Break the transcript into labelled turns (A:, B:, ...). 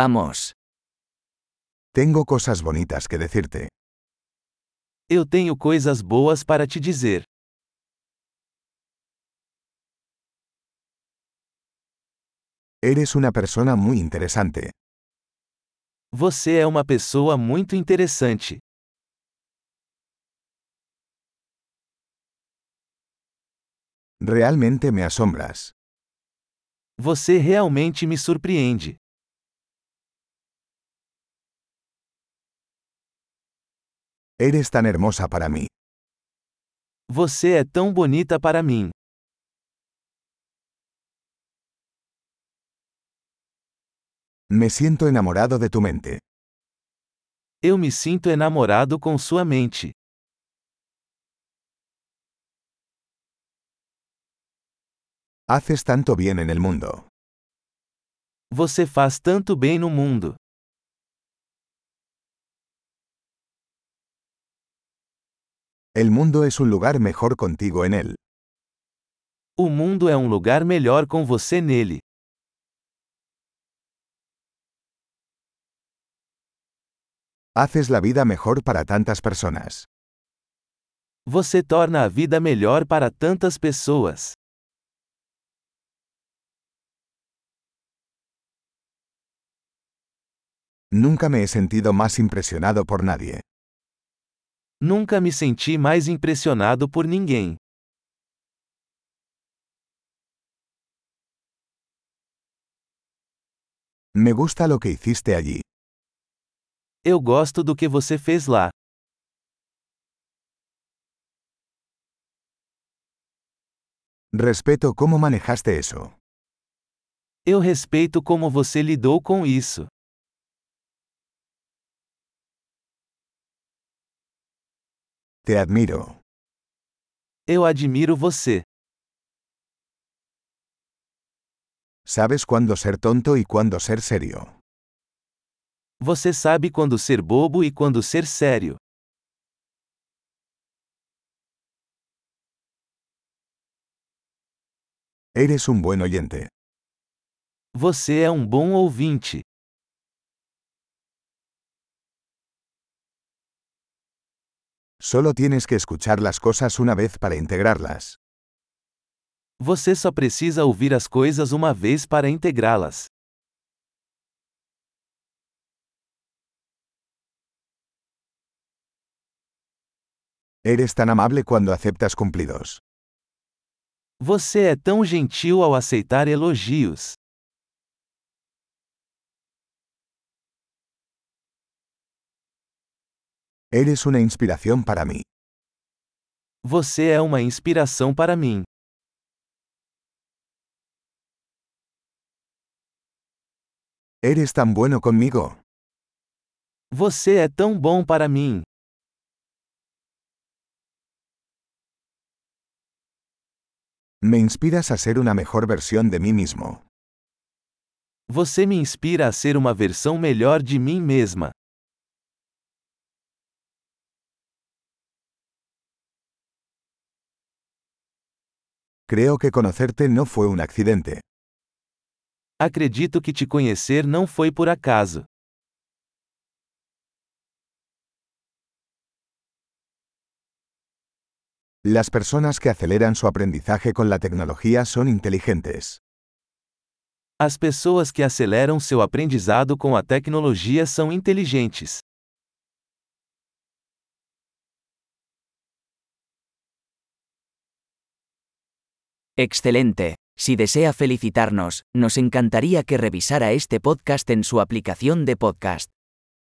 A: Vamos.
B: Tengo cosas bonitas que decirte.
A: Eu tenho coisas boas para te dizer.
B: Eres una persona muy interesante.
A: Você é uma pessoa muito interessante.
B: Realmente me asombras.
A: Você realmente me surpreende.
B: Eres tan hermosa para mí.
A: Você é tão bonita para mim.
B: Me siento enamorado de tu mente.
A: Eu me sinto enamorado com sua mente.
B: Haces tanto bien en el mundo.
A: Você faz tanto bem no mundo.
B: El mundo es un lugar mejor contigo en él.
A: O mundo é um lugar melhor com você nele.
B: Haces la vida mejor para tantas personas.
A: Você torna a vida melhor para tantas pessoas.
B: Nunca me he sentido más impresionado por nadie.
A: Nunca me senti mais impressionado por ninguém.
B: Me gusta lo que hiciste allí.
A: Eu gosto do que você fez lá.
B: Respeto cómo manejaste eso.
A: Eu respeito como você lidou com isso.
B: Te admiro.
A: Eu admiro você.
B: Sabes cuándo ser tonto y cuándo ser serio.
A: Você sabe quando ser bobo e quando ser sério.
B: Eres un buen oyente.
A: Você é um bom ouvinte.
B: Solo tienes que escuchar las cosas una vez para integrarlas.
A: Você só precisa ouvir as coisas uma vez para integrá-las.
B: Eres tan amable cuando aceptas cumplidos.
A: Você é tão gentil ao aceitar elogios.
B: Eres una inspiración para mí.
A: Você é uma inspiração para mim.
B: Eres tan bueno conmigo.
A: Você é tão bom para mim.
B: Me inspiras a ser una mejor versión de mí mismo.
A: Você me inspira a ser uma versão melhor de mim mesma.
B: Creo que conocerte no fue un accidente.
A: Acredito que te conhecer não foi por acaso.
B: Las personas que aceleran su aprendizaje con la tecnología son inteligentes.
A: As pessoas que aceleram seu aprendizado com a tecnologia são inteligentes.
C: Excelente. Si desea felicitarnos, nos encantaría que revisara este podcast en su aplicación de podcast.